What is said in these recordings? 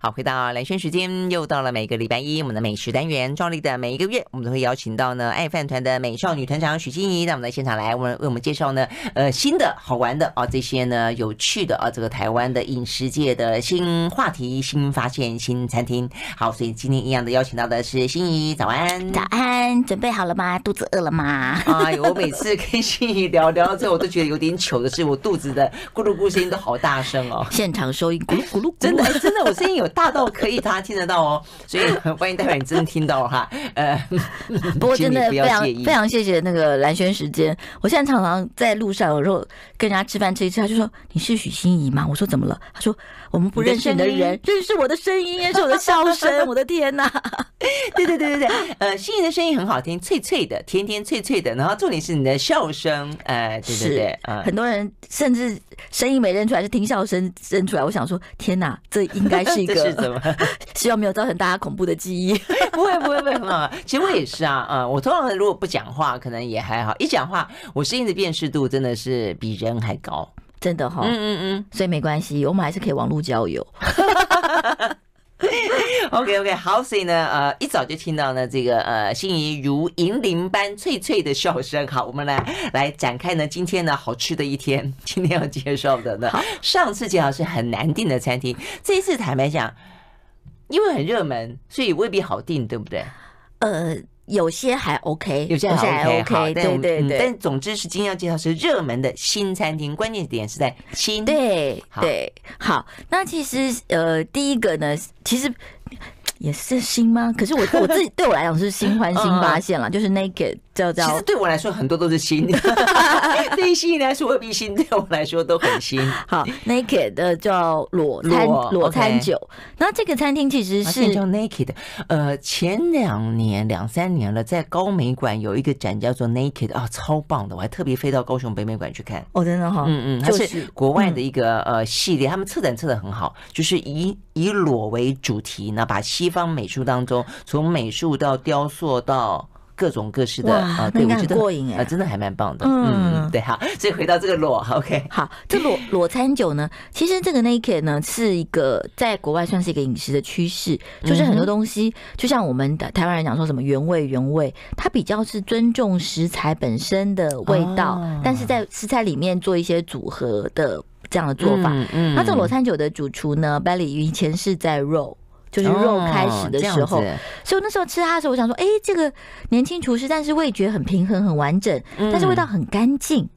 好，回到蓝轩时间，又到了每个礼拜一我们的美食单元。照例的每一个月，我们都会邀请到呢爱饭团的美少女团长许静怡到我们的现场来，为为我们介绍呢呃新的好玩的啊这些呢有趣的啊这个台湾的饮食界的新话题、新发现、新餐厅。好，所以今天一样的邀请到的是心怡，早安。早安，准备好了吗？肚子饿了吗？哎呦，我每次跟心怡聊聊到最后，我都觉得有点糗的是，我肚子的咕噜咕声音都好大声哦。现场收音，咕噜咕噜咕噜，真的、哎真的，我声音有大到可以大家听得到哦，所 以欢迎代表你真的听到哈。呃，不过真的请你不非要常介意非。常谢谢那个蓝轩时间。我现在常常在路上，有时候跟人家吃饭吃一吃，他就说你是许心怡吗？我说怎么了？他说我们不认识你的你的声人，认识我的声音，认识我的笑声。我的天 哪！对对对对对，呃，心怡的声音很好听，脆脆的，甜甜脆脆的，然后重点是你的笑声，呃，对对对是，嗯。很多人甚至声音没认出来，是听笑声认出来。我想说，天哪，这应该是一 这是怎个，么？ 希望没有造成大家恐怖的记忆。不会不会不会很好。其实我也是啊，嗯，我通常如果不讲话，可能也还好；一讲话，我声音的辨识度真的是比人还高。真的哈、嗯嗯嗯。所以没关系，我们还是可以网络交友。 OK OK，好，所以呢，呃，一早就听到呢这个呃，心仪如银铃般脆脆的笑声。好，我们来来展开呢今天呢好吃的一天。 今天要介绍的呢好，上次介绍是很难订的餐厅，这一次坦白讲，因为很热门，所以未必好订，对不对？呃，有些还 OK，有些还 OK，, 好但我对们对嗯对，但总之是今天要介绍是热门的新餐厅，关键点是在新。，对好对，好。那其实呃，第一个呢，其实也是新吗？可是我我 自己对我来讲是新欢新发现了，就是 Naked 叫嗯其叫实对我来说很多都是新， 对于心仪来说未必新，对我来说都很新。好 Naked 的叫裸餐裸裸 OK 餐酒。那这个餐厅其实而且是叫 Naked，呃，前两年两三年了，在高美馆有一个展叫做 Naked 啊、超棒的，我还特别飞到高雄北美馆去看。哦，真的哈，嗯嗯，它就是是国外的一个、呃系列，他们策展策的很好，就是以以裸为主题，那把西方美术当中，从美术到雕塑到。各种各式的哇啊，那对应该我觉很得过瘾啊、哎真的还蛮棒的。嗯嗯，对，好，所以回到这个裸，OK，好，这裸裸餐酒呢，其实这个 naked 呢是一个在国外算是一个饮食的趋势，就是很多东西，就像我们的台湾人讲说什么原味原味，它比较是尊重食材本身的味道，哦但是在食材里面做一些组合的这样的做法。嗯，嗯那这个裸餐酒的主厨呢 b a l l y 以前是在 Row。就是肉开始的时候，哦这样子所以我那时候吃它的时候，我想说，哎、这个年轻厨师，但是味觉很平衡、很完整，嗯但是味道很干净。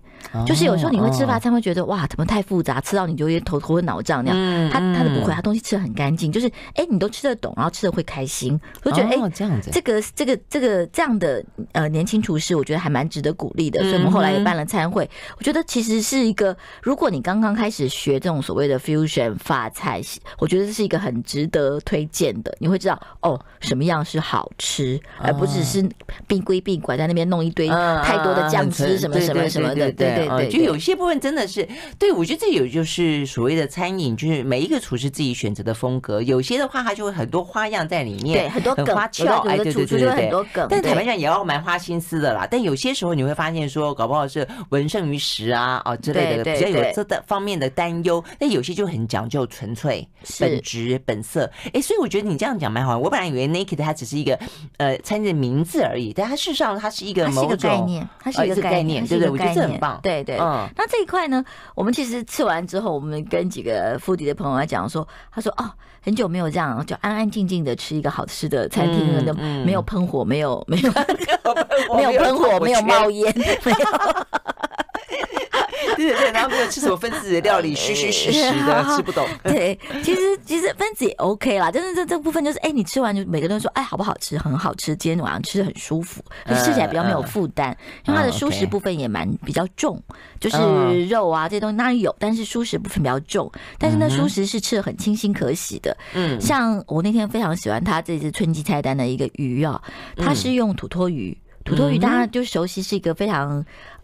就是有时候你会吃哦法餐，会觉得哇，怎么太复杂，吃到你就有点头头昏脑胀那样。嗯他他的不嗯会，他东西吃的很干净，就是哎、你都吃得懂，然后吃的会开心。我就觉得哎、哦这样子，这个这个这个这样的呃年轻厨师，我觉得还蛮值得鼓励的。所以我们后来也办了餐嗯会，我觉得其实是一个，如果你刚刚开始学这种所谓的 fusion 法菜，我觉得这是一个很值得推荐的。你会知道哦，什么样是好吃，而不只是闭归闭拐在那边弄一堆哦嗯太多的嗯酱很汁纯什么什么什么的，对对呃对，就有些部分真的是，对我觉得这有就是所谓的餐饮，就是每一个厨师自己选择的风格，有些的话他就会很多花样在里面，对很多梗，花有俏，的哎，有对对的主对厨就对会很对。多梗，嗯但对坦白讲，也要蛮花心思的啦。但有些时候你会发现说，搞不好是文胜于实啊，啊之类的，对对比较有对这的方面的担忧。但有些就很讲究纯粹、是本质、本色。哎，所以我觉得你这样讲蛮好。我本来以为 Naked 它只是一个呃餐厅的名字而已，但它事实上它是一个它是一某个概种念，它呃是一一个个概概念念，它是对一对个我觉得概这很念棒对对。 嗯那这一块呢，我们其实吃完之后，我们跟几个腹地的朋友来讲说，他说哦，很久没有这样，就安安静静的吃一个好吃的餐厅了，嗯都嗯没有喷火，没有没有 我没有喷火，没有冒。冒烟，没有对对对， 然后没有吃什么分子的 料理，虚虚实实的，吃不懂。 对，其实其实分子也 OK 啦，但是这这部分就是，哎、你吃完就每个人都说，哎，好不好吃？很好吃，今天晚上吃的很舒服，就吃起来比较没有负担，因为它的嗯舒适 OK 部分也蛮比较重，就嗯是肉啊这些东西那有，但是舒适部分比较重，但是呢，舒适是吃的很清新可喜的。嗯哦像我那天非常喜欢他这次春季菜单的一个鱼啊，它是用土托鱼。土豆鱼嗯大家就熟悉是一个非常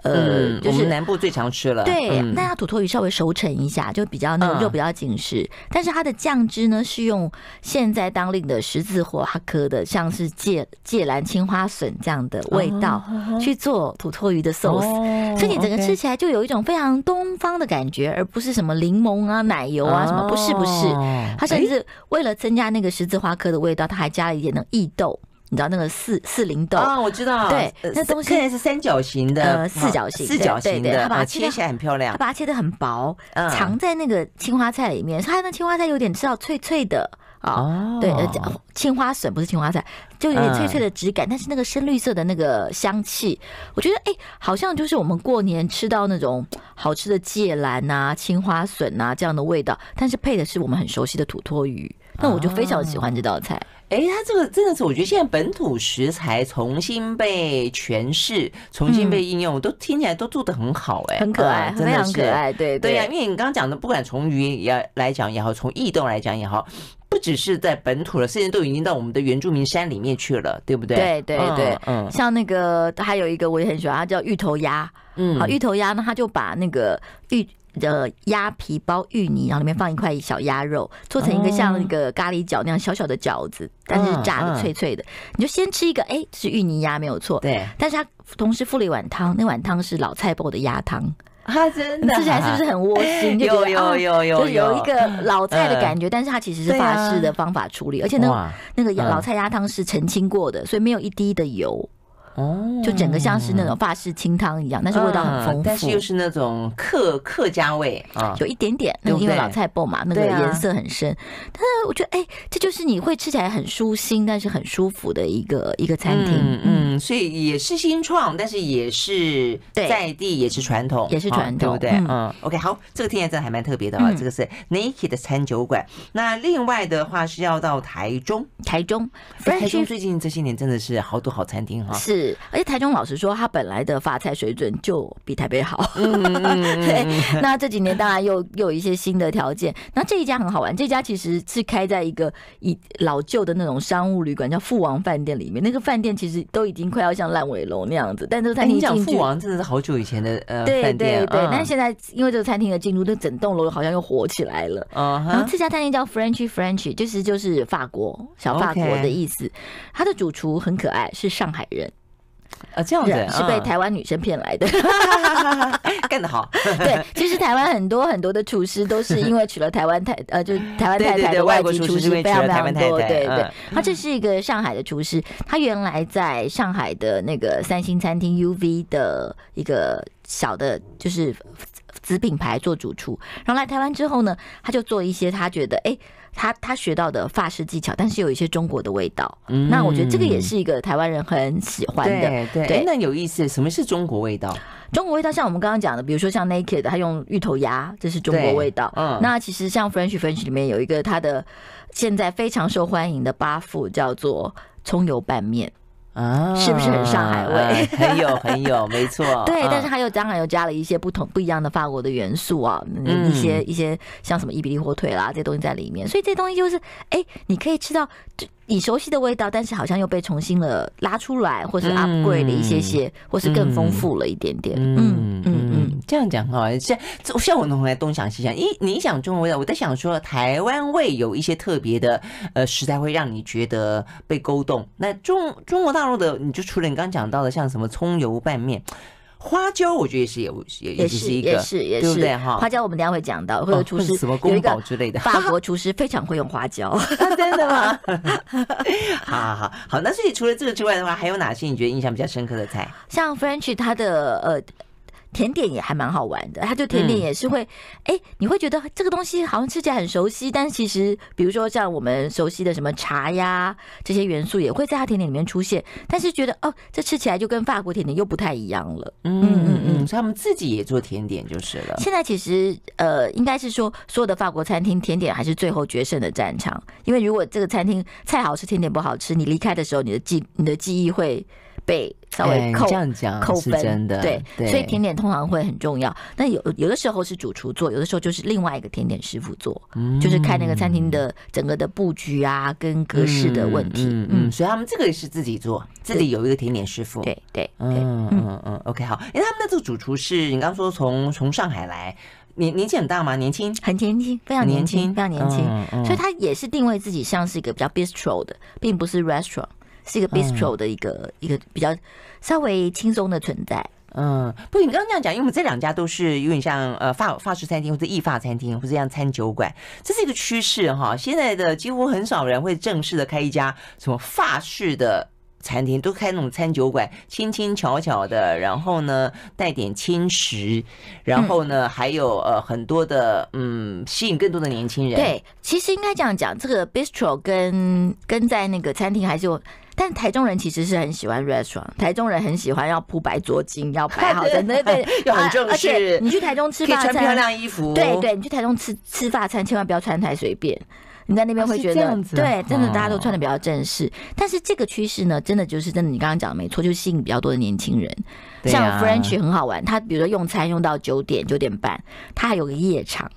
呃，嗯，就我是们南部最常吃了。对，嗯但它土豆鱼稍微熟成一下，就比较那个肉嗯比较紧实。但是它的酱汁呢，是用现在当令的十字花科的，像是芥芥蓝、青花笋这样的味道、去做土豆鱼的 sauce。哦所以你整个 OK 吃起来就有一种非常东方的感觉，而不是什么柠檬啊、奶油啊什么，不是不是，哦它甚至为了增加那个十字花科的味道，它还加了一点那种异豆，你知道那个四四零豆，啊，我知道，对呃那东西看起来是三角形的，呃四角形四角形对对对的，它把它啊切掉切起来很漂它亮。把它切得很薄，嗯藏在那个青花菜里面，所以它那青花菜有点吃到脆脆的啊。哦对，呃，叫青花笋不是青花菜，就有点脆脆的质感，但是那个深绿色的那个香气，我觉得哎，好像就是我们过年吃到那种好吃的芥蓝啊、青花笋啊这样的味道，但是配的是我们很熟悉的土托鱼，那我就非常喜欢这道菜。哎，它这个真的是，我觉得现在本土食材重新被诠释、重新被应用，都听起来都做得很好，哎，嗯很可爱，嗯非常可。真的是爱，对对呀、因为你刚刚讲的，不管从鱼也来讲也好，从异动来讲也好，不只是在本土了，甚至都已经到我们的原住民山里面去了，对不对？对对嗯对嗯像那个还有一个我也很喜欢，它叫芋头鸭。嗯好，芋头鸭呢，它就把那个芋的鸭皮包芋泥，然后里面放一块小鸭肉，做成一个像那哦个咖喱饺那样小小的饺子，但是是炸嗯的嗯脆脆的。你就先吃一个，哎，是芋泥鸭没有错。对，但是它同时附了一碗汤，那碗汤是老菜包的鸭汤，啊，真你的、啊，吃起来是不是很窝心？就 觉有得有啊有有就是有一个老菜的感觉，但是它其实是对啊法式的方法处理，而且那个哇那个鸭嗯老菜鸭汤是澄清过的，所以没有一滴的油，哦就整个像是那种法式清汤一样，但是味道很丰嗯富，但是又是那种客客家味啊。有一点点，那对不个对因为老菜包嘛，那个对啊颜色很深。但是我觉得，哎，这就是你会吃起来很舒心，但是很舒服的一个一个餐厅。嗯嗯，所以也是新创，但是也是对在地，也是传统，也是传统啊对不对？嗯嗯，OK，好，这个听起来真的还蛮特别的啊，嗯这个是 Nike 的餐酒馆。那另外的话是要到台中，台中哎台中 French 最近这些年真的是好多好餐 厅哈。是，而且台中老实说，它本来的法菜水准就比台北好。嗯 对，那这几年当然又又有一些新的条件。那这一家很好玩，这家其实是开在一个以老旧的那种商务旅馆，叫富王饭店里面。那个饭店其实都已经快要像烂尾楼那样子，但这个哎，餐厅你讲进父去。王真的是好久以前的呃对饭对店，对，嗯但是现在因为这个餐厅的进入，这整栋楼好像又火起来了。嗯然后哼，这家餐厅叫 Frenchy Frenchy，就是就是法国小法国 OK 的意思。它的主厨很可爱，是上海人，啊这样子是是被嗯台湾女生骗来的。干得 好， 对，其实台湾很多很多的厨师都是因为娶了台湾太 呃，就是台湾太对对太对的外外国籍厨厨师师会非娶了常非台常湾太多。太对嗯对，他这是一个上海的厨师，他原来在上海的那个三星餐厅 UV 的一个小的，就是呃子品牌做主厨。然后来台湾之后呢，他就做一些他觉得哎。他他学到的法式技巧，但是有一些中国的味道。嗯那我觉得这个也是一个台湾人很喜欢的。对对。对哎，那有意思，什么是中国味道？中国味道像我们刚刚讲的，比如说像 Naked，它用芋头鸭，这是中国味道。对嗯那其实像 French French 里面有一个它的现在非常受欢迎的八副叫做葱油拌面，啊，是不是很上海味。哎很有很有，没错 对，嗯但是它又当然又加了一些不同不一样的法国的元素啊，嗯一些一些像什么伊比利火腿啦这些东西在里面，所以这东西就是哎，你可以吃到就你熟悉的味道，但是好像又被重新了拉出来，或是嗯 upgrade 了一些些，或是更丰富了一点点。嗯嗯嗯嗯，嗯，这样讲哈，像像我从来东想西想，一你一想中国味道，我在想说台湾味有一些特别的呃食材会让你觉得被勾动。那中中国大陆的，你就除了你刚讲到的像什么葱油拌面、花椒，我觉得也是有也也也是是一个也是也对不是对哈花椒我们等一下会讲到，会有哦厨或师者什么有宫一保个之类 的， 法国厨师非常会用花椒。啊真的吗？ 好好好好，那所以除了这个之外的话，还有哪些你觉得印象比较深刻的菜？像 French 它的呃甜点也还蛮好玩的，它就甜点嗯也是会，哎、你会觉得这个东西好像吃起来很熟悉，但其实比如说像我们熟悉的什么茶呀这些元素也会在它甜点里面出现，但是觉得哦，这吃起来就跟法国甜点又不太一样了。嗯嗯嗯嗯嗯，所以他们自己也做甜点就是了。现在其实呃，应该是说所有的法国餐厅甜点还是最后决胜的战场，因为如果这个餐厅菜好吃，甜点不好吃，你离开的时候，你的记你的记忆会被稍微哎扣、这样讲扣是分，真的对，对所以甜点通常会很重要。那有有的时候是主厨做，有的时候就是另外一个甜点师傅做，嗯就是看那个餐厅的整个的布局啊，跟格式的问题。嗯嗯嗯，所以他们这个是自己做，自己有一个甜点师傅，对对对，嗯嗯嗯，OK，好。因为他们那这个主厨是你刚刚说从从上海来，年年纪很大吗？年轻，很年轻，非常年轻，非常年轻。嗯嗯所以它也是定位自己像是一个比较 bistro 的，并不是 restaurant，是嗯一个 bistro 的一个、一个比较稍微轻松的存在。嗯，不，你刚刚这样讲，因为我们这两家都是有点像呃法法式餐厅或者意法餐厅或者像餐酒馆，这是一个趋势哈。现在的几乎很少人会正式的开一家什么法式的餐厅，都开那种餐酒馆，轻轻巧巧的，然后呢带点轻食，然后呢还有呃很多的嗯吸引更多的年轻人。，对，其实应该这样讲，这个 bistro 跟跟在那个餐厅还是有。但台中人其实是很喜欢 restaurant，台中人很喜欢要铺白桌 巾，要摆好的，对对，要很啊正而且式你去台中吃可以法穿漂餐，亮衣服。对对，你去台中吃吃法餐，千万不要穿太随便。你在那边哦会是觉这得，样子啊对，真的哦大家都穿的比较正式。但是这个趋势呢，真的就是真的，你刚刚讲的没错，就吸引比较多的年轻人。对像啊 French 很好玩，他比如说用餐用到九点九点半，他还有个夜场，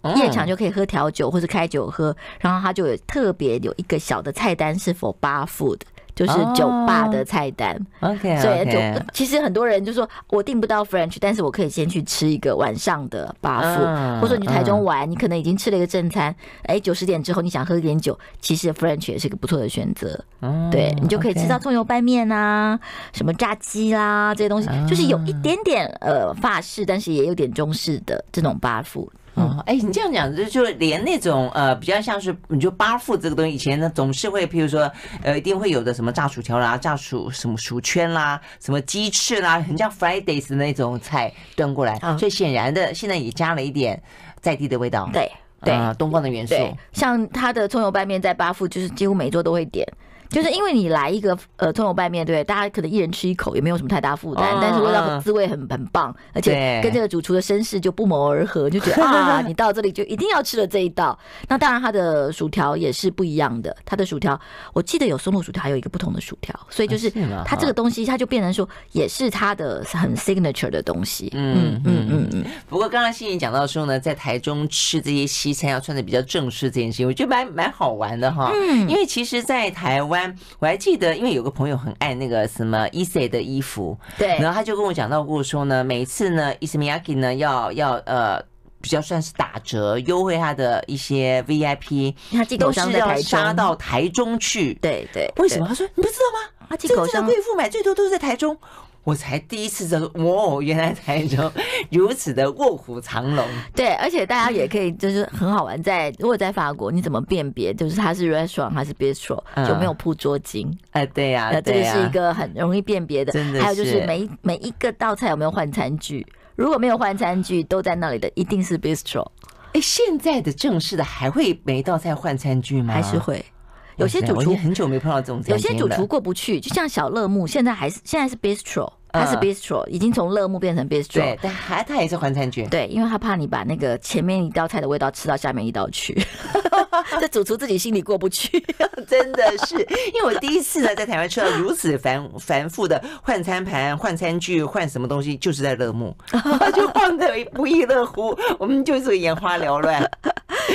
嗯，夜场就可以喝调酒或是开酒喝，然后他就有特别有一个小的菜单是否 bar food，就是哦酒吧的菜单。 OK，所以 OK 就其实很多人就说我订不到 French，但是我可以先去吃一个晚上的 bar food，、嗯或者说你去台中玩，你可能已经吃了一个正餐，哎，九十点之后你想喝一点酒，其实 French 也是个不错的选择。嗯对你就可以 OK 吃到葱油拌面啊，什么炸鸡啦、这些东西，就是有嗯一点点呃法式，但是也有点中式的这种 bar food。哦，哎、你这样讲，就就连那种呃，比较像是你就八副这个东西，以前呢总是会，譬如说呃，一定会有的什么炸薯条啦、炸薯什么薯圈啦、什么鸡翅啦，很像 Fridays 的那种菜端过来。嗯所以显然的，现在也加了一点在地的味道，对对、呃东方的元素。对，像它的葱油拌面在巴富，就是几乎每桌都会点。就是因为你来一个呃葱油拌面，对，大家可能一人吃一口也没有什么太大负担，嗯但是味道嗯滋味很很棒，而且对跟这个主厨的身世就不谋而合，就觉 得啊，你到这里就一定要吃了这一道。那当然，它的薯条也是不一样的，它的薯条我记得有松露薯条，还有一个不同的薯条，所以就是啊是吗它这个东西，它就变成说也是它的很 signature 的东西。嗯嗯嗯嗯，不过刚刚欣怡讲到说呢，在台中吃这些西餐要穿的比较正式这件事情，我觉得蛮蛮好玩的哈。嗯，因为其实，在台湾我还记得，因为有个朋友很爱那个什么 e s e 的衣服，对。然后他就跟我讲到过说呢，每一次呢 i s m i y a k i 呢要要呃。比较算是打折优惠，他的一些 VIP 他进口都商是在要台中杀到台中去。对对，为什对么？？他说你不知道吗？他进真口正商的贵妇买最多都是在台中。我才第一次知道说，哇，原来台中 如此的卧虎藏龙。对，而且大家也可以就是很好玩在，如果在法国，你怎么辨别就是它是 restaurant 还是 bistro 嗯有没有铺桌巾？哎，对呀、那呃这对个呀、是一个很容易辨别的。真的还有就是是每一每一个道菜有没有换餐具？如果没有换餐具，都在那里的一定是 bistro，哎，现在的正式的还会每一道菜换餐具吗？还是会有些哇塞主我已厨经很久没碰到这种餐有些厅主了厨过不去，就像小乐木，现在还是现在是 bistro，它是嗯 bistro，已经从乐木变成 bistro 对。，但还他也是换餐具。对，因为他怕你把那个前面一道菜的味道吃到下面一道去， 这主厨自己心里过不去。 真的是，因为我第一次呢在台湾吃到如此繁繁复的换餐盘、换餐具、换什么东西，就是在乐 木，就晃得不亦乐乎，我们就是眼花缭乱。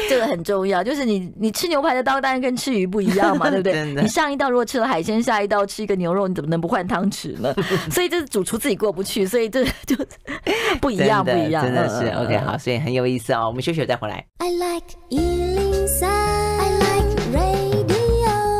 这个很重要，就是你你吃牛排的刀当然跟吃鱼不一样嘛，对不 对真？的你上一道如果吃了海鲜，下一道吃一个牛肉，你怎么能不换汤匙呢？ 所以这是主厨自己过不去，所以这 就不一样，不真的一样，真的是嗯嗯嗯 OK 好，所以很有意思哦。我们休息了再回来。 I like Ealing Sound. I like radio.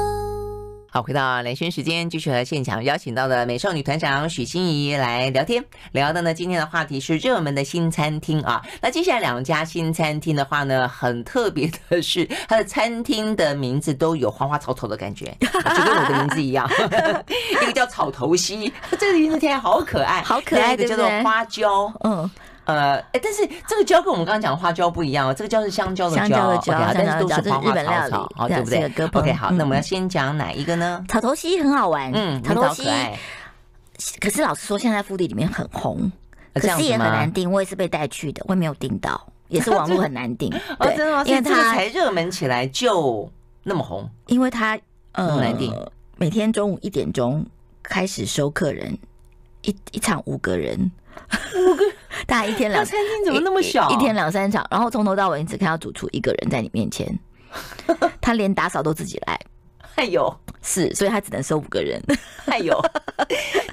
好，回到雷轩时间，继续和现场邀请到的美少女团长许欣怡来聊天。聊的呢，今天的话题是热门的新餐厅啊。那接下来两家新餐厅的话呢，很特别的是，它的餐厅的名字都有花花草草的感觉，就跟我的名字一样，一个叫草头西，这个名字听起来好可爱，好可爱另外一个对叫不做对花椒。嗯，呃，哎，但是这个椒跟我们刚刚讲的花椒不一样哦，这个椒是香蕉的香蕉的，OK，椒好但是都香是蕉的花椒这是日花本料草理草，好，对对不对这个割烹？OK，好，那我们要嗯先讲哪一个呢？草头西很好玩，嗯，草味道头好西可，爱，可是老实说，现在腹地里面很红，啊可这样是子也很吗难订，我也是被带去的，我也没有订到。也是网络很难订， 哦，对，真的吗？因为所以这个它才热门起来就那么红，因为他那呃么难定每天中午一点钟开始收客人，一一场五个人，五个， 大概一天两那餐厅怎么那么小？啊一一天两三场，然后从头到尾你只看到主厨一个人在你 面前，他连打扫都自己来，哎呦是，所以他只能收五个人， 哎 呦，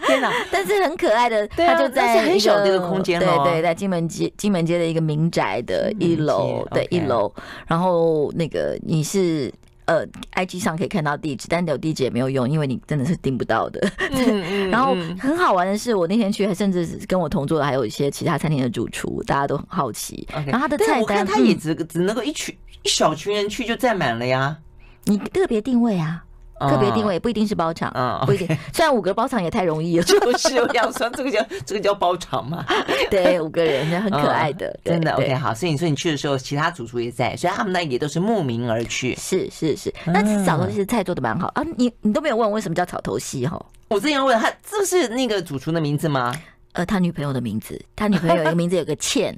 天哪！但是很可爱的，对啊他就在那是很小的一一个空间哦咯对对，在金门街金门街的一个民宅的一楼嗯，对 OK 一楼，然后那个你是。呃，IG 上可以看到地址，但有地址也没有用，因为你真的是订不到的。嗯嗯然后嗯很好玩的是，我那天去，还甚至是跟我同桌的还有一些其他餐厅的主厨，大家都很好奇。 OK，然后他的但菜我看单，他也嗯只只能够一群一小群人去就占满了呀，你个别定位啊，个别定位不一定是包场，嗯，不一定。虽然五个包场也太容易了 就是我想说，这个叫这个叫包场嘛，对，五个人很可爱的，对啊 真的。对 OK，好，所以你说你去的时候，其他主厨也在，所以他们那也都是慕名而去。是是是，那其实嗯草头戏菜做的蛮好啊，你你都没有问为什么叫草头戏哈？我之前问他，这是那个主厨的名字吗？呃，他女朋友的名字，他女朋友有一个名字有个倩，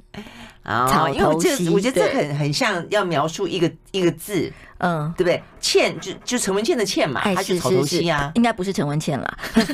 啊，草因为我头这西我觉得这对很很像要描述一个一个字， 嗯，对不对？倩就就陈文倩的倩嘛，哎她啊就是草头是西是啊，， 应该不是陈文倩啦，你知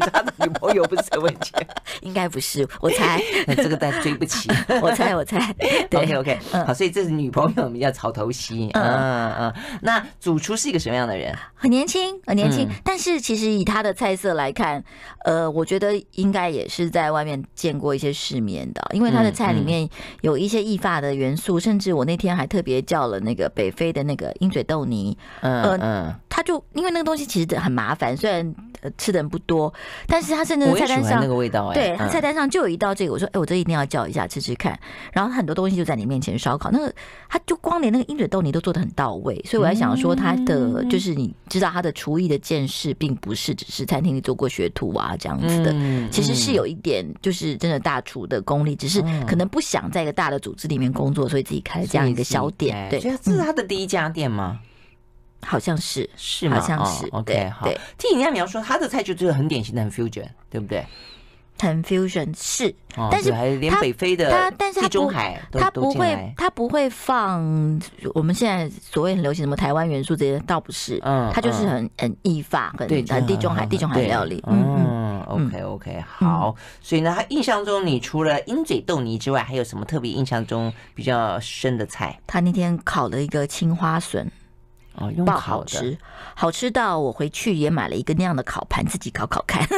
道他的女朋友不是陈文 倩，应该 不是，我猜，这个但追不 起。我猜，我猜， OK 对， OK，嗯好，所以这是女朋友，我们叫草头西。嗯嗯嗯，那主厨是一个什么样的人？很年轻，很年轻嗯，但是其实以他的菜色来看，呃，我觉得应该也是在外面见过一些世面的，因为他的嗯菜里嗯面有一些意法的元素，甚至我那天还特别叫了那个北非的那个鹰嘴豆泥，嗯呃嗯，他就因为那个东西其实很麻烦，虽然、呃、吃的人不多，但是他甚至我菜也喜单欢上那，个味道哎。对，嗯他菜单上就有一道这个，我说，哎，我这一定要叫一下吃吃看。然后很多东西就在你面前烧烤，那个他就光连那个鹰嘴豆泥都做的很到位，所以我在想说他嗯的、就是你知道他的厨艺的见识，并不是只是餐厅里做过学徒啊这样子的。嗯其实是嗯有一点，就是真的大厨的功力，只是可能不想在一个大的组织里面工作，所以自己开了这样一个小店，哎所以对，嗯自己开所以这是他的第一家店吗？好像是，是好吗？像是哦、OK，对好对。听人家描述，他的菜就是很典型的很 fusion，对不对？很 fusion 是，哦但是对还连他北非的他但是他地中不海都它都不进会来，它不会放我们现在所谓很流行什么台湾元素这些，倒不是，嗯它就是嗯很很意法，很对，很地中海地中海对料理，嗯嗯。嗯，OK OK，好。所以呢，他印象中你除了鹰嘴豆泥之外，还有什么特别印象中比较深的菜？他那天烤了一个青花笋，哦，用爆烤好的，吃，好吃到我回去也买了一个那样的烤盘，自己烤烤看。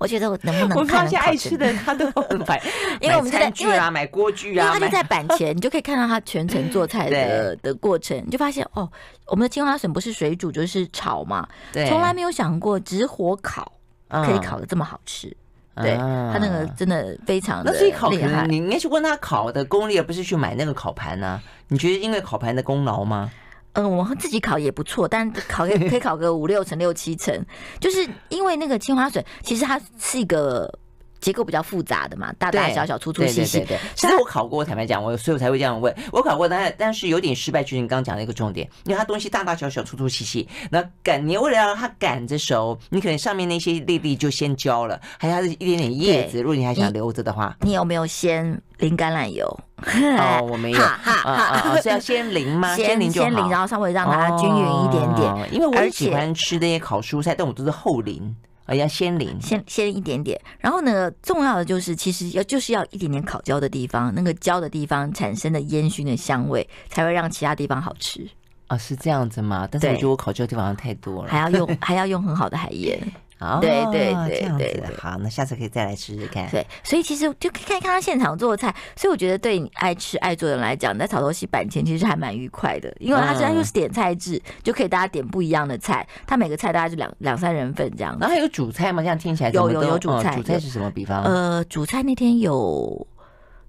我觉得我能不能我看发能现烤爱成吃的他都很买， 因为我们买就在餐具因为啊，买锅具因为啊，他就买在板前，你就可以看到他全程做 菜的的过程，你就发现哦，我们的青花笋不是水煮就是炒嘛，对，从来没有想过直火烤可以嗯烤的这么好吃。对啊他那个真的非常的那所以烤可厉害能。你应该去问他烤的功力，而不是去买那个烤盘呢、你觉得因为烤盘的功劳吗？嗯，我们自己烤也不错，但烤 也可以烤个五六成、六七成，就是因为那个青花笋其实它是一个结构比较复杂的嘛，大大对小小、粗粗对细对细对。对，其实我烤过，我坦白讲，我所以我才会这样问。我烤过，但但是有点失败，就是你刚刚讲的一个重点，因为它东西大大小小、粗粗细细，那擀你为了让它擀着熟，你可能上面那些粒粒就先焦了，还有它的一点点叶子，对如果你还想你留着的话，你有没有先淋橄榄油？哦，我没有，嗯哈啊哈啊哈啊，所以要先淋吗？先淋就好，先淋，然后稍微让它均匀一点点。哦因为我也而喜且欢吃那些烤蔬菜，但我都是后淋，啊，要先淋。先先一点点，然后呢，重要的就是其实要就是要一点点烤焦的地方，那个焦的地方产生的烟熏的香味，才会让其他地方好吃。啊，是这样子吗？但是我对觉得我考究的地方好像太多了还。要用还要用很好的海盐，啊对对对这样对子。好，那下次可以再来试试看。对，所以其实就可以看看他现场做的菜，所以我觉得对你爱吃爱做的人来讲，在草头戏板前其实还蛮愉快的，因为它嗯虽然又是点菜制，就可以大家点不一样的菜，它每个菜大概就两两三人份这样子然后还有主菜吗？这样听起来有怎么有都有主哦菜主菜有是什么？比方，呃，主菜那天有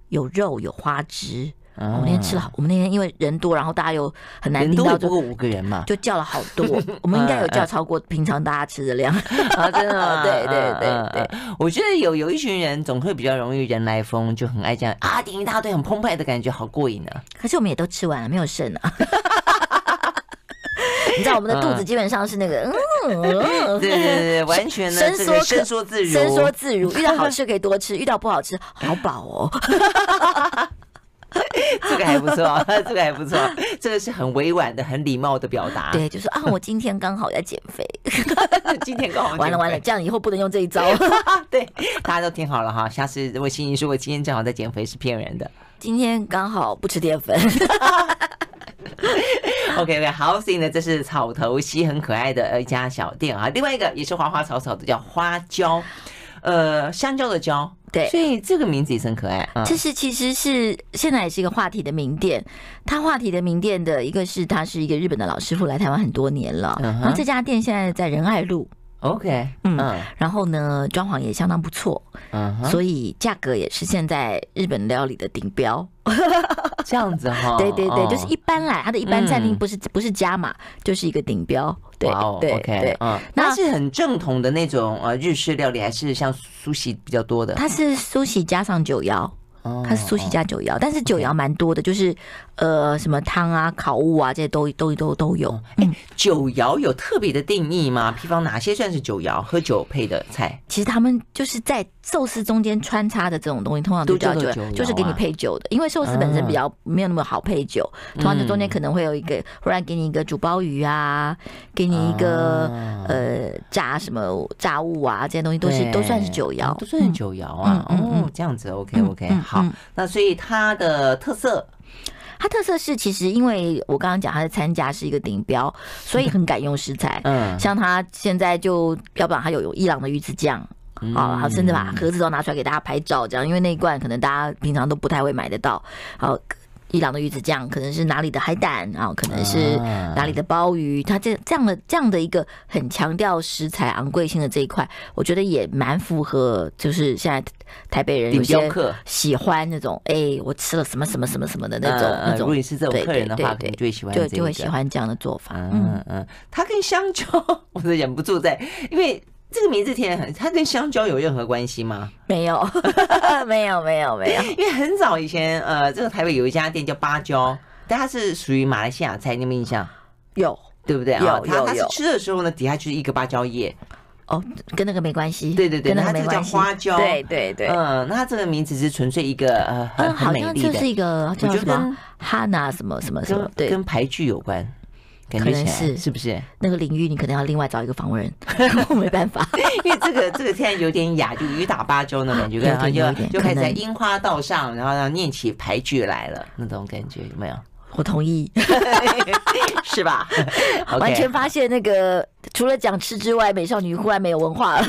有肉有花枝，嗯我们那天吃了好，我们那天因为人多，然后大家又很难人订都到有不就。过五个人 嘛。就叫了好 多，我们应该有叫超过平常大家吃的嗯量。啊，真的 吗对对对对我觉得有有一群人总会比较容易人来疯，就很爱这样啊，点一大堆很澎湃的感觉，好过瘾 啊。可是我们也都吃完了，没有剩 啊。你知道我们的肚子基本上是那个嗯，啊对对对对，完全呢，伸这缩个可伸缩自如，伸缩 自如。遇到好吃可以多吃，遇到不好吃好饱哦。这个还 不错，这个还不错，这个是很委婉的、很礼貌的表达。对，就是啊，我今天刚好在减 肥，今天刚好完了完了，哦减这样以后不能用这一 招。肥，对，大家都听好了哈。下次如果欣怡说我今天正好在减肥是骗人的。今天刚好不吃淀粉， OK OK，好，所以呢，这是草头溪很可爱的呃一家小店啊。另外一个也是花花草草的，叫花椒，呃，香蕉的蕉。对所以这个名字也是很可爱啊。这是其实是现在也是一个话题的名店。它话题的名店的一个是，他是一个日本的老师傅，来台湾很多年了。嗯哼然后这家店现在在仁爱路， OK，嗯嗯然后呢，装潢也相当不错，嗯哼，所以价格也是现在日本料理的顶标。这样子哈。 对对对，哦就是一般来，它的一般餐厅嗯不是、不是加码，就是一个顶标。对、哇哦对 o k 对，嗯，那那是很正统的那种呃日式料理，还是像苏西比较多的？它是苏喜加上九幺。哦它是苏西加九窑，但是九窑蛮多的，就是呃什么汤啊、烤物啊这些都都都都有。嗯，酒肴有特别的定义吗？比方哪些算是酒肴？喝酒配的菜？其实他们就是在寿司中间穿插的这种东西，通常都叫都酒叫做，酒就是给你肴啊嗯配酒的，因为寿司本身比较没有那么好配酒，通常就中间可能会有一个，忽然给你一个煮鲍鱼啊，给你一个、啊呃炸什么炸物啊，这些东西都是对都算是酒肴哦，都算是嗯酒肴啊。嗯嗯嗯哦，这样子，OK 嗯 OK，、嗯好嗯。那所以它的特色，它特色是，其实因为我刚刚讲它的参加是一个顶标，所以很敢用食材。嗯，像它现在就，要不然它有有伊朗的鱼子酱。嗯啊，然后甚至把盒子都拿出来给大家拍照，这样，因为那一罐可能大家平常都不太会买得到。好，伊朗的鱼子酱可能是哪里的海胆啊，可能是啊哪里的鲍鱼，它这这样的这样的一个很强调食材昂贵性的这一块，我觉得也蛮符合，就是现在台北人有顶标些客喜欢那种，哎，我吃了什么什么什么什么的那种呃呃那如果种你，是这种对客人的话，对对可能就会喜欢这就个，就会喜欢这样的做法。嗯嗯，嗯，它跟香蕉， 我都忍不住在，因为这个名字听得很，它跟香蕉有任何关系吗？没有， 没有，没有，没有。因为很早以前，呃，这个台北有一家店叫芭蕉，但它是属于马来西亚菜，你有没有印象？有对不对啊有？它有它是有吃的时候呢，底下就是一个芭蕉叶。哦，跟那个没关系。对对对跟那它个没这个叫关系。花椒对对对。嗯，那它这个名字是纯粹一个呃很嗯，很好美像丽就的是，一个我叫觉什得么跟哈娜什么什么什么跟，对，跟牌具有关，感可觉能起来是是不 是？那个领域你可能要另外找一个访 问人， 我没办法。因为这个这个现在有点哑，就雨打芭蕉那感 觉，有点然后有就点就开始可在能樱花道上，然后呢念起牌具来了那种感觉，有没 有？我同意，是吧？OK 完全发现那个除了讲吃之外，美少女忽然没有 文化了。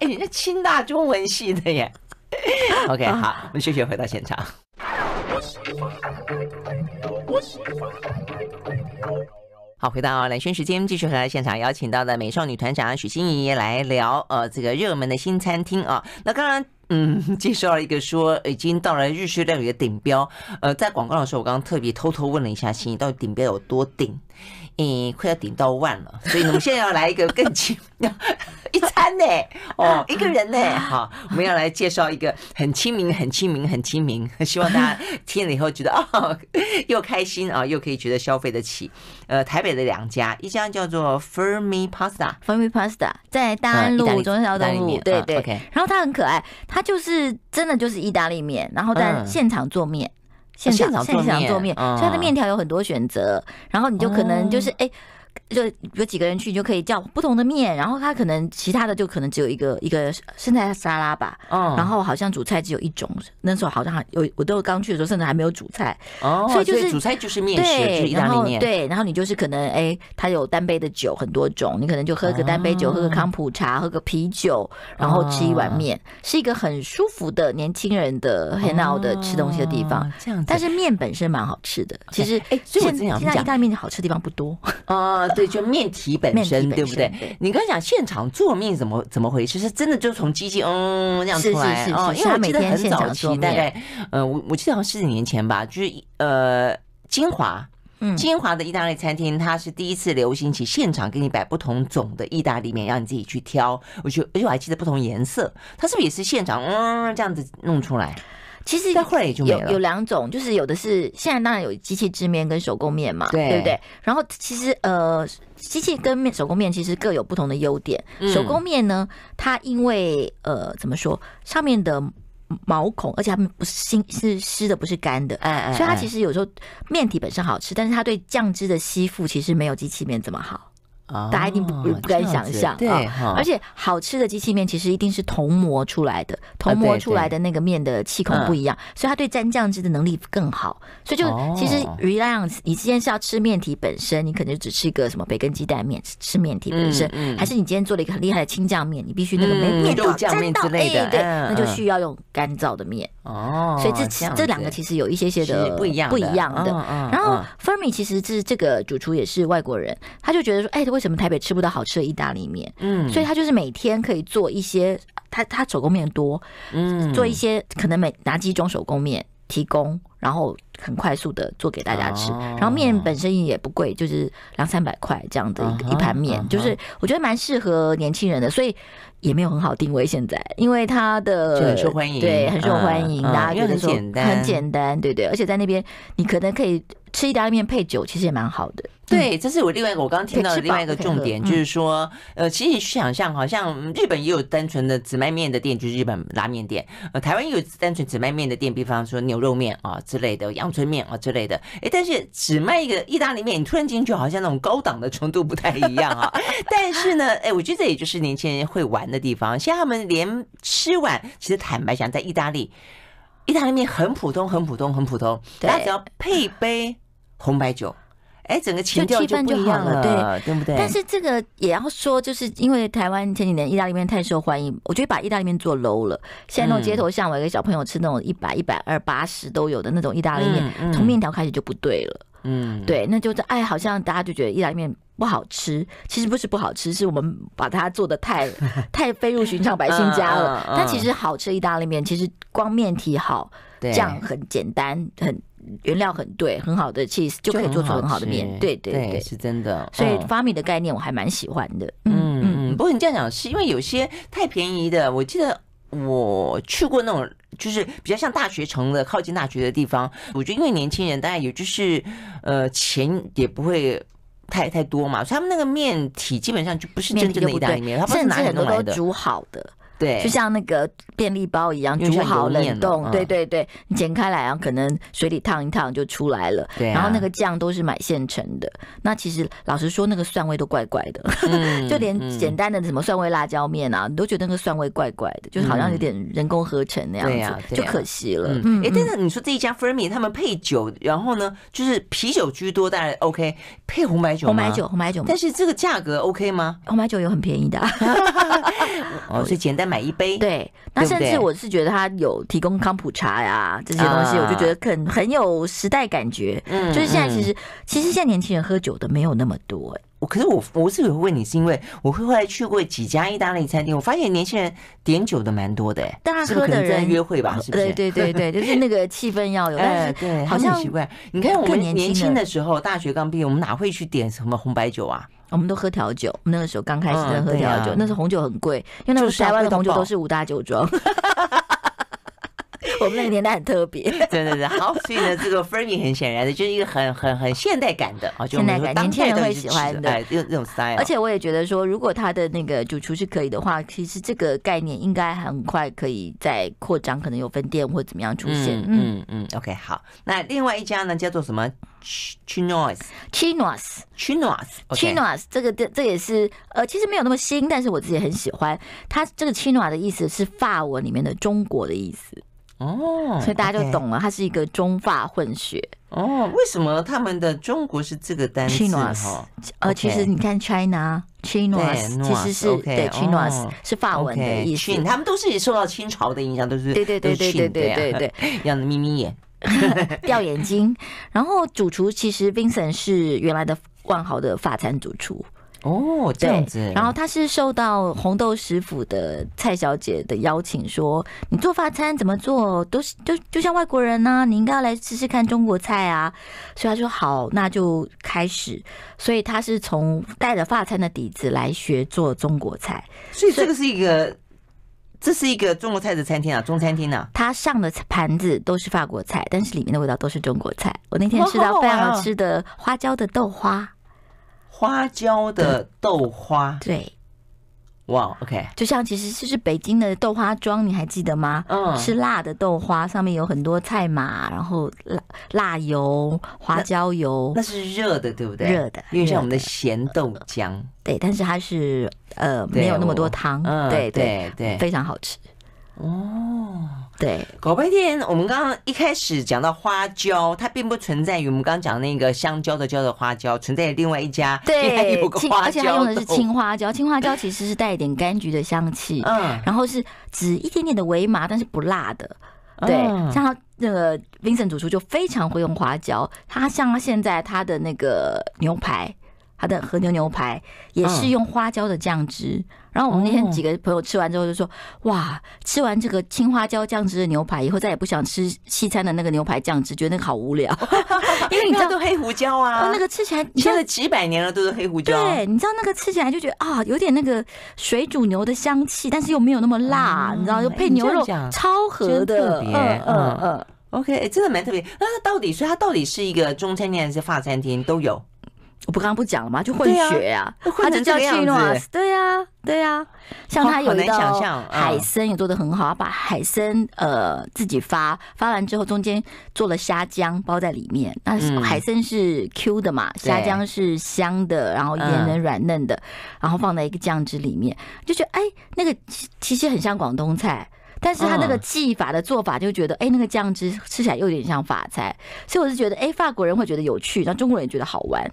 哎，人家清大中文系的耶。OK，好，我们休息回到现场。好，回到蓝轩时间，继续和大家现场邀请到的美少女团长许欣怡来聊呃这个热门的新餐厅啊。那刚刚嗯介绍了一个说已经到了日式料理的顶标，呃，在广告的时候我刚刚特别偷偷问了一下欣怡到底顶标有多顶，嗯，快要顶到万了，所以呢我们现在要来一个更奇 一餐呢、哦，一个人呢、好，我们要来介绍一个很亲民、很亲民、很亲民， 希望大家听了以后觉得 哦，又开心啊、又可以觉得消费得起。呃，台北的两家，一家叫做 Fermi Pasta， f a m i Pasta 在大安呃意大路利中山意大东利路面，对嗯对 OK。然后它很可爱，它就是真的就是意大利面，然后但嗯现场做面。现现场场做现场面做面，所嗯以它的面条有很多选择，然后你就可能就是哦哎、就有几个人去，你就可以叫不同的面，然后它可能其他的就可能只有一个一个生菜沙拉吧，嗯然后好像主菜只有一种，那时候好像有我都刚去的时候，甚至还没有主菜，哦，所以就是主菜就是面食，就是对，意然大利后面，对，然后你就是可能哎，它有单杯的酒很多种，你可能就喝个单杯酒，啊喝个康普茶，喝个啤酒，然后吃一碗面，是一个很舒服的年轻人的啊很好的吃东西的地方。哦，这样子。但是面本身蛮好吃的，其实哎所以我现真想现在讲意大利面好吃的地方不多，哦，对，就面体本面体身，本对不对身对？你刚才讲现场做面怎么怎么回事？是真的就从机器嗯这样是出来是是哦，是因为他我每记得天很现早场期做，大面概呃，我我记得好像十几年前吧，就是呃金华。嗯金华的意大利餐厅，它是第一次流行起现场给你摆不同种的意大利面，让你自己去挑。我觉得，而且我还记得不同颜色，它是不是也是现场嗯这样子弄出来？其实但后来也就没有有了。两种，就是有的是现在当然有机器制面跟手工面嘛，对对不对？然后其实呃，机器跟面手工面其实各有不同的优点。嗯手工面呢，它因为呃怎么说，上面的毛孔，而且它们不是新是湿的，不是干的。哎哎，所以它哎其实有时候面体本身好吃，但是它对酱汁的吸附其实没有机器面这么好，大家一定不哦不敢这样想子象对啊哈，而且好吃的机器面其实一定是铜磨出来的，铜对磨啊对嗯出来的那个面的气孔不一样，所以它对沾酱汁的能力更好。所以就哦其实 reliance，你今天是要吃面体本身，你可能就只吃一个什么培根鸡蛋面吃面体本身，嗯嗯还是你今天做了一个很厉害的青酱面，你必须那个没嗯面肉到酱面沾之到类的哎对，嗯那就嗯需要用干燥的面。哦，所以这样这两子个其实有一些些的是不一样不一样的。嗯嗯然后嗯 Fermi 其实是这个主厨也是外国人，他就觉得说，哎，为什么台北吃不到好吃的意大利面？嗯所以他就是每天可以做一些，他他手工面多，嗯做一些可能每拿几种手工面提供，然后很快速的做给大家吃。哦然后面本身也不贵，就是两三百块这样的一个、嗯哼一盘面嗯哼就是我觉得蛮适合年轻人的，所以。也没有很好定位，现在因为它的就很受欢迎对，很受欢迎，嗯嗯大家觉得说因为很简单很简单，对对，而且在那边你可能可以吃意大利面配酒，其实也蛮好的。对，这是我另外一个我刚刚听嗯对到的吃另外一饱个可以重喝点，嗯就是说，呃，其实你去想象好像嗯日本也有单纯的只卖面的店，就是日本拉面店；呃，台湾也有单纯只卖面的店，比方说牛肉面啊之类的、阳春面啊之类的。哎，但是只卖一个意大利面，你突然进去好像那种高档的程度不太一样 啊。但是呢，哎，我觉得这也就是年轻人会玩的地方。像他们连吃完，其实坦白讲，在意大利，意大利面很普通、很普通、很普通，对大家只要配杯红白酒，哎，整个情就调气就氛不就一样好了了，对不对？但是这个也要说，就是因为台湾前几年意大利面太受欢迎，我觉得把意大利面做 low 了。现在那种街头巷尾给小朋友吃那种一百、一百二、八十都有的那种意大利面，嗯嗯从面条开始就不对了。嗯，对，那就是哎，好像大家就觉得意大利面不好吃，其实不是不好吃，是我们把它做的太 太飞入寻常百姓家嗯了。嗯嗯但其实好吃的意大利面，其实光面体好，对酱很简单，很原料很对，很好的 cheese 就可以做出很好的面吃。对对对对。是真的。所以嗯 f a m i 的概念我还蛮喜欢的。嗯嗯，不过你这样讲是因为有些太便宜的，我记得我去过那种就是比较像大学城的靠近大学的地方，我觉得因为年轻人大概也就是呃钱也不会。太太多嘛，所以他们那个面体基本上就不是真面正的就意不大利对面，它，不是甚拿至来很弄多来都的，煮好的，对，就像那个便利包一样，因为煮像好油面了冷冻嗯，对对对，你剪开来，然后可能水里烫一烫就出来了。对啊然后那个酱都是买现成的，那其实老实说，那个蒜味都怪怪的，嗯 就连简嗯单的什么蒜味辣椒面啊，你都觉得那个蒜味怪怪的，就是好像有点人工合成那嗯对啊样子，对就啊可惜了。嗯，哎，但是你说这一家 Fermi 他们配酒，然后呢，就是啤酒居多，当然 OK，配红白酒，红白酒，，嗯红白酒，但是这个价格 OK 吗？红白酒有很便宜的啊、哦，所以简单买一杯，对，那对不甚对至我是觉得他有提供康普茶呀、这些东西，啊我就觉得很很有时代感觉。嗯，嗯就是现在其实其实现在年轻人喝酒的没有那么多、哎我可是我我是有问你，是因为我会后来去过几家意大利餐厅，我发现年轻人点酒的蛮多的、欸，当然是不是喝的可能在人呃约会吧，是不是？对对对对，就是那个气氛要有，但哎，是对，好他们很像奇怪。你看我们更年轻年的轻的时候，大学刚毕业，我们哪会去点什么红白酒啊？ 我们都喝调酒，我们那个时候刚开始嗯真的喝对啊调酒，那时候红酒很贵，因为那时就候是啊台湾贵的到红酒爆都是五大酒庄。 我们那个年代很特别，对对对， 好，所以呢，这个 Fermi 很显然的就是一个很很很现代感的啊，就我们现说代感当年轻人代到底会是喜指欢的哎，这种 style，而且我也觉得说，如果他的那个主厨是可以的话，其实这个概念应该很快可以再扩张，可能有分店或怎么样出现。嗯嗯嗯嗯，OK，好。那另外一家呢，叫做什么 Ch- Chinos，Chinos，Chinos， ，Chinos。 OK Chinos 这个这也是呃，其实没有那么新，但是我自己很喜欢。它这个 Chinos 的意思是法文里面的中国的意思，哦，所以大家就 OK 懂了，它是一个中法混血。哦，为什么他们的中国是这个单字 Chinos 哈呃， OK 其实你看 China 对 Chinos 其实是 Noas，OK，对 Chinos 哦是法文的意思。 Chin，他们都是受到清朝的影响，都是对对对对对对对对啊 对，一样的眯眯眼，掉眼睛。然后主厨其实 Vincent 是原来的万豪的法餐主厨，哦，这样子，然后他是受到红豆食府的蔡小姐的邀请说，你做法餐怎么做都是就就像外国人呐、你应该要来试试看中国菜啊。所以他说好，那就开始。所以他是从带着法餐的底子来学做中国菜。所以这个是一个。这是一个中国菜的餐厅啊，中餐厅啊，他上的盘子都是法国菜，但是里面的味道都是中国菜。我那天吃哇好好到非玩常啊好吃的花椒的豆花，花椒的豆花，对，哇，OK，就像其实就是北京的豆花庄，你还记得吗？嗯吃辣的豆花，上面有很多菜码，然后辣辣油、花椒油那，是热的，对不对？热的有点像我们的热的咸豆浆。对，但是它是呃对没有那么我多汤，嗯对对对非常好吃。哦， 对，搞半天，我们刚刚一开始讲到花椒，它并不存在于我们刚刚讲那个香蕉的椒的花椒，存在于另外一家，因为它有对个，青花而且它椒用的是豆青花椒，青花椒其实是带一点柑橘的香气，嗯，然后是只一点点的微麻，但是不辣的。对，嗯像他那个 Vincent 主厨就非常会用花椒，他像他现在他的那个牛排，他的和牛牛排也是嗯用花椒的酱汁。然后我们那天几个朋友吃完之后就说：“哇，吃完这个青花椒酱汁的牛排以后，再也不想吃西餐的那个牛排酱汁，觉得那个好无聊， 因为你 知那道都黑胡椒啊，哦那个吃起来，你知现道在几百年了都是黑胡椒，对，你知道那个吃起来就觉得啊，有点那个水煮牛的香气，但是又没有那么辣，哦你知道，就哎配你这牛样肉讲超合真特的，别嗯嗯。 ，OK，诶真的蛮特别。那它到底，所以它到底是一个中餐厅还是法餐厅都有？我不刚刚不讲了吗？就混血呀、对啊他就叫混成这个 c 样诺瓦子斯，对呀、对呀、像他有一好难道想象嗯海参也做的很好，他把海参呃自己发发完之后，中间做了虾浆包在里面。那是嗯海参是 Q 的嘛，虾浆是香的，然后一点点软嫩的，然后放在一个酱汁里面，就觉得哎，那个其其实很像广东菜。但是他那个嗯技法的做法，就觉得哎、那个酱汁吃起来有点像法菜，所以我是觉得哎、法国人会觉得有趣，然后中国人也觉得好玩。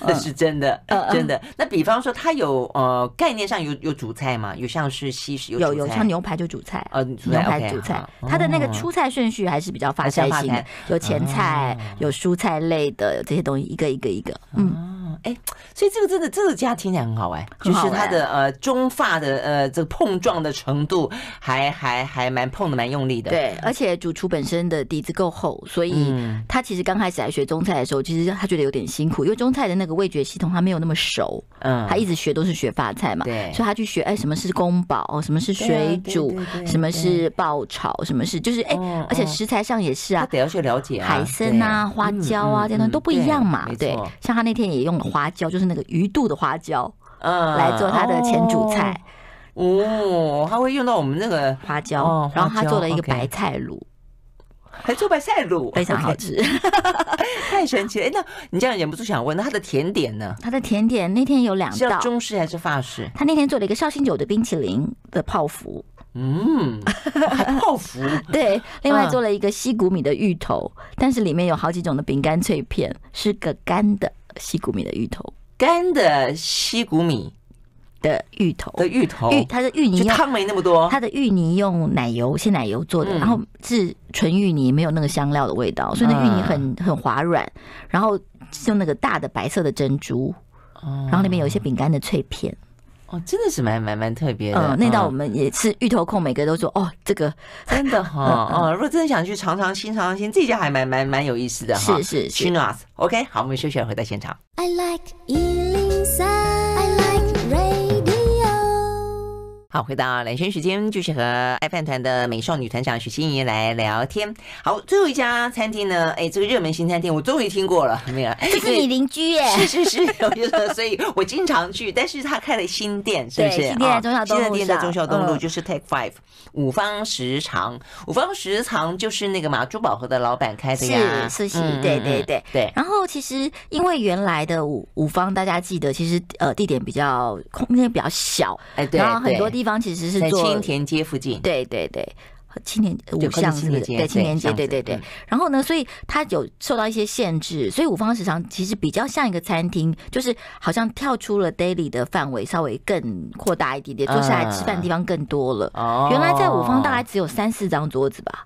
那是真的嗯，嗯真的。那比方说，它有呃概念上有有主菜嘛？有像是西式有有主有菜像牛排就主菜，呃主牛菜排 OK，主菜好，它的那个哦呃出菜顺序还是比较法还是要菜法型的菜，有前菜，有蔬菜类的，有这些东西一个一个一个，嗯，哦，哎、所以这个真的这个家听起来很好玩，哎就很好哎是玩它的呃中法的呃这个碰撞的程度还还还蛮碰的蛮用力的。，对，而且主厨本身的底子够厚，所以嗯，他其实刚开始来学中菜的时候，其实他觉得有点辛苦，因为中菜的那个味觉系统他没有那么熟，嗯他一直学都是学法菜嘛，对所以他去学哎什么是宫保，什么是对啊水对煮对对，什么对是爆炒，什么是就是哎哦，而且哦食材上也是啊他，得要去了解、啊、海参啊、对嗯花椒啊，这些东西都不一样嘛。嗯嗯嗯对没错，像他那天也用了花椒，就是那个鱼肚的花椒嗯来做他的前主菜，哦，哦他会用到我们那个花椒哦。然后花他椒做了一个 OK 白菜卤，还做白菜卤，非常好 OK，吃。 太神奇了。哎，那你这样忍不住想问，那它的甜点呢？他的甜点那天有两是要道，中式还是法式？他那天做了一个绍兴酒的冰淇淋的泡芙，嗯， 还泡芙， 对，另外嗯做了一个西谷米的芋头，但是里面有好几种的饼干脆片，是个干的西谷米的芋头干的西谷米的芋头的芋头，芋，它的芋泥就要汤没那么多，它的芋泥用奶油鲜奶油做的，嗯然后是纯芋泥，没有那个香料的味道，所以那芋嗯泥很很滑软。然后用那个大的白色的珍珠，然然后里面有一些饼干的脆片。哦，真的是蛮蛮蛮特别的。嗯，那道我嗯们也是芋头控，每个都说哦，这个 真的 哈嗯哦，如果真的想去尝尝新尝尝新，这家还蛮蛮蛮有意思的哈。是是是 c h i n a s OK，好，我们休息了回到现场。 I like Ealing Sound. I like radio. 好，回到两圈时间，继续和爱饭团的美少女团长许欣怡来聊天。好，最后一家餐厅呢，哎，这个热门新餐厅我终于听过了，没有？这是你邻居耶。是是 是，我就说，所以我经常去，但是他开了新店，是不是？对新店在啊忠孝东路新的店在上忠孝东路，嗯就是 Take Five 五方食堂。五方食堂就是那个嘛，珠宝盒的老板开的呀，是是嗯对嗯对嗯对对。然后其实因为原来的五五方，大家记得其实呃地点比较空间比较小，哎，对，然后很多对地方其实是在做青田街附近，对对对，青年就五靠近巷青是不年是？街对青对年街，巷对子对对嗯。然后呢，所以它有受到一些限制，所以五方食堂其实比较像一个餐厅，就是好像跳出了 daily 的范围，稍微更扩大一嗯点点，坐下来吃饭的地方更多了。哦原来在五方大概只有三四张桌子吧，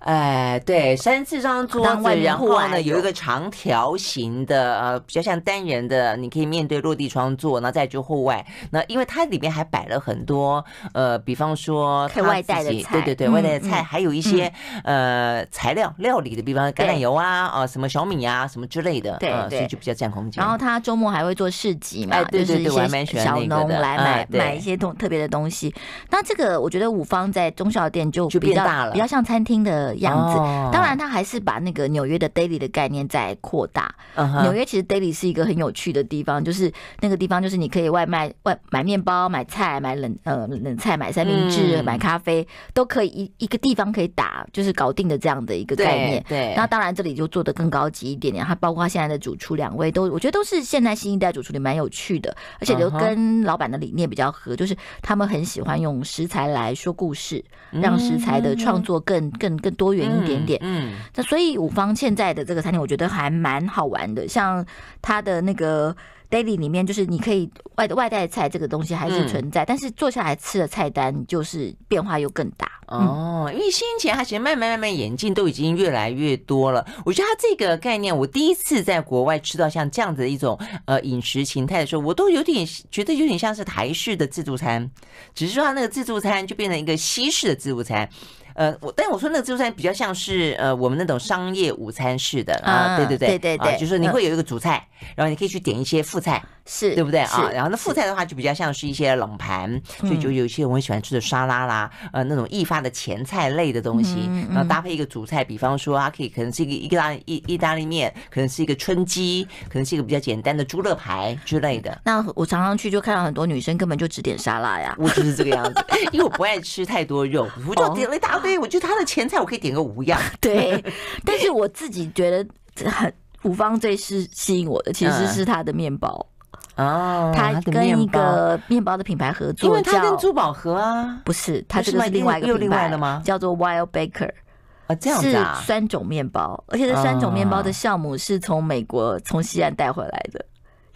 哎，对，三四张桌当外子，面然户后外呢有一有个长条形的，呃，比较像单人的，你可以面对落地窗坐，然后再就户外。那因为它里面还摆了很多，呃，比方说可以他外自带的己菜对对对，外带的嗯菜，嗯还有一些呃材料料理的，比方橄榄对油啊，啊什么小米啊，什么之类的，对呃所以对就比较占空间。然后他周末还会做市集嘛，哎对对对我还就是蛮一喜些欢小那个农的来哎买对买一些东特别的东西。那这个我觉得五方在中小店就就比变较大了比较像餐厅的的样子。哦当然，他还是把那个纽约的 daily 的概念再扩大。嗯哼纽约其实 daily 是一个很有趣的地方，就是那个地方就是你可以外卖、外买面包、买菜、买冷呃冷菜、买三明治、嗯买咖啡，都可以一一个地方可以打，就是搞定的这样的一个概念。对，那当然，这里就做的更高级一点点。它包括它现在的主厨两位都，我觉得都是现在新一代主厨里蛮有趣的，而且都嗯哼跟老板的理念比较合，就是他们很喜欢用食材来说故事，让食材的创作更更更多元一点点。嗯，嗯那所以五方现在的这个餐厅，我觉得还蛮好玩的。像它的那个 daily 里面，就是你可以外外带菜这个东西还是嗯存在，但是坐下来吃的菜单就是变化又更大。嗯，哦，因为先前它其实慢慢慢慢演进，都已经越来越多了。我觉得它这个概念，我第一次在国外吃到像这样子的一种呃饮食形态的时候，我都有点觉得有点像是台式的自助餐，只是说它那个自助餐就变成一个西式的自助餐。呃，我但我说那个自助餐比较像是呃我们那种商业午餐式的啊，啊对对对，对对啊对就是说你嗯会有一个主菜，然后你可以去点一些副菜，是，对不对是嗯啊？然后那副菜的话就比较像是一些冷盘，所以就有一些我很喜欢吃的沙拉啦，呃，那种易发的前菜类的东西嗯，然后搭配一个主菜，比方说它可以可能是一个意大利意意大利面，可能是一个春鸡，可能是一个比较简单的猪肋排之类的。那我常常去就看到很多女生根本就只点沙 拉呀。我就是这个样子，因为我不爱吃太多肉，我就哦点了一大堆。我觉得它的前菜我可以点个五 样，对，但是我自己觉得这很。五方最是吸引我的，其实嗯是它的面包，哦它的跟一面包个面包的品牌合因作，为它叫跟珠宝盒啊，不是，它不是这个吗是另外一个又又品另外牌的吗叫做 Wild Baker，啊这样子啊是，酸种面包，而且这酸种面包的酵母是从美国从西岸带回来的，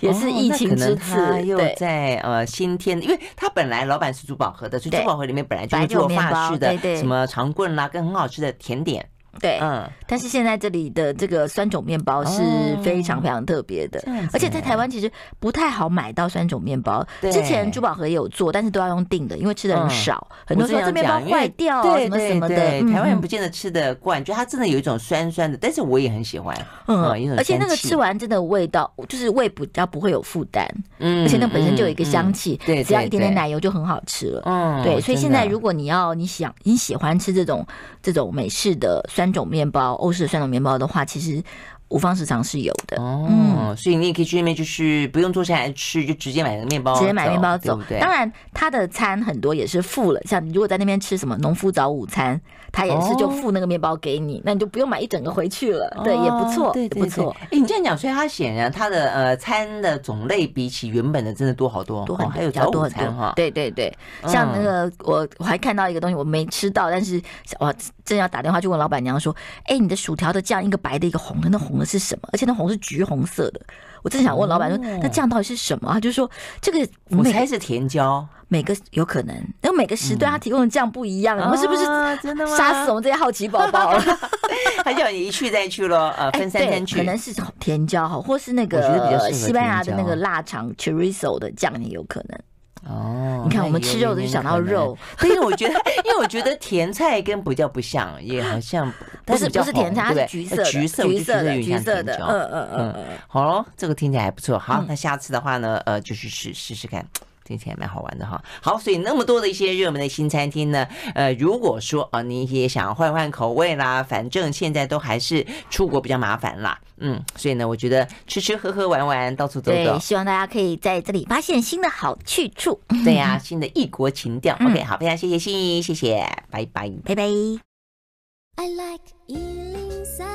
也是疫情之次，哦那可能他又对，在呃新添，因为他本来老板是珠宝盒的，所以对珠宝盒里面本来就白会酒做面法包式的对对哎什么长棍啦，跟很好吃的甜点，对，嗯，但是现在这里的这个酸种面包是非常非常特别的，哦这样子啊而且在台湾其实不太好买到酸种面包。对嗯之前珠宝盒也有做，但是都要用订的，因为吃的人少，很多我人说这这样面包讲因为坏掉啊，对什么什么的。对对嗯台湾人嗯不见得吃得惯，就它真的有一种酸酸的，但是我也很喜欢，啊有一嗯种，而且那个香气吃完真的味道，就是胃比较不会有负担，嗯，而且那本身就有一个香嗯，气，对只要一点对点对奶油就很好吃了。嗯，对，所以现在如果果你要你想你喜欢吃这种这种美式的酸种面包、欧式的酸种面包的话，其实五方市场是有的。嗯哦，所以你也可以去那边，就是不用坐下来吃，就直接买个面包，直接买面包对走不，对？当然它的餐很多也是付了，像你如果在那边吃什么农夫早午餐，它也是就哦付那个面包给你，那你就不用买一整个回去了，对，也不错，哦对也对不错。哎、诶你这样讲，所以它显然它的呃餐的种类比起原本的真的多好多，多很哦、多，还有比较早多午很餐多哈，，对对对，嗯像那个我我还看到一个东西，我没吃到，但是我正要打电话去问老板娘说，哎，你的薯条的酱一个白的，一个红的，那红的是什么？而且那红是橘红色的。我正想问老板说哦，那酱到底是什么？他就说这个我每猜个是甜椒， 每个有可能，因为每个时段他提供的酱不一样，我们是不是啊嗯真的吗？杀死我们这些好奇宝 宝了？他叫你一去再去咯，呃，分三哎对，餐去，可能是甜椒哈，或是那我觉得比较适个合西班牙的甜椒那个腊肠 chorizo 的酱也有可能。哦。你看那我们也吃有肉的一点就想到可能肉，对，因为我觉得，因为我觉得甜菜跟比较不像，也好像不但是比较不是甜红菜，它对是不对呃橘色的，橘色，我就橘觉得有色的，点橘像色甜的，椒嗯嗯嗯嗯。好咯，这个听起来还不错。好，那下次的话呢，呃，就去试试试看。听起来蛮好玩的哈。好，所以那么多的一些热门的新餐厅呢，呃，如果说啊、你也想要换换口味啦，反正现在都还是出国比较麻烦啦，嗯，所以呢，我觉得吃吃喝喝玩玩，到处走走对，，希望大家可以在这里发现新的好去处。嗯对呀、新的异国情调。OK，好，非常谢谢心怡，谢谢，拜拜。拜拜。 I like Ealing Sound.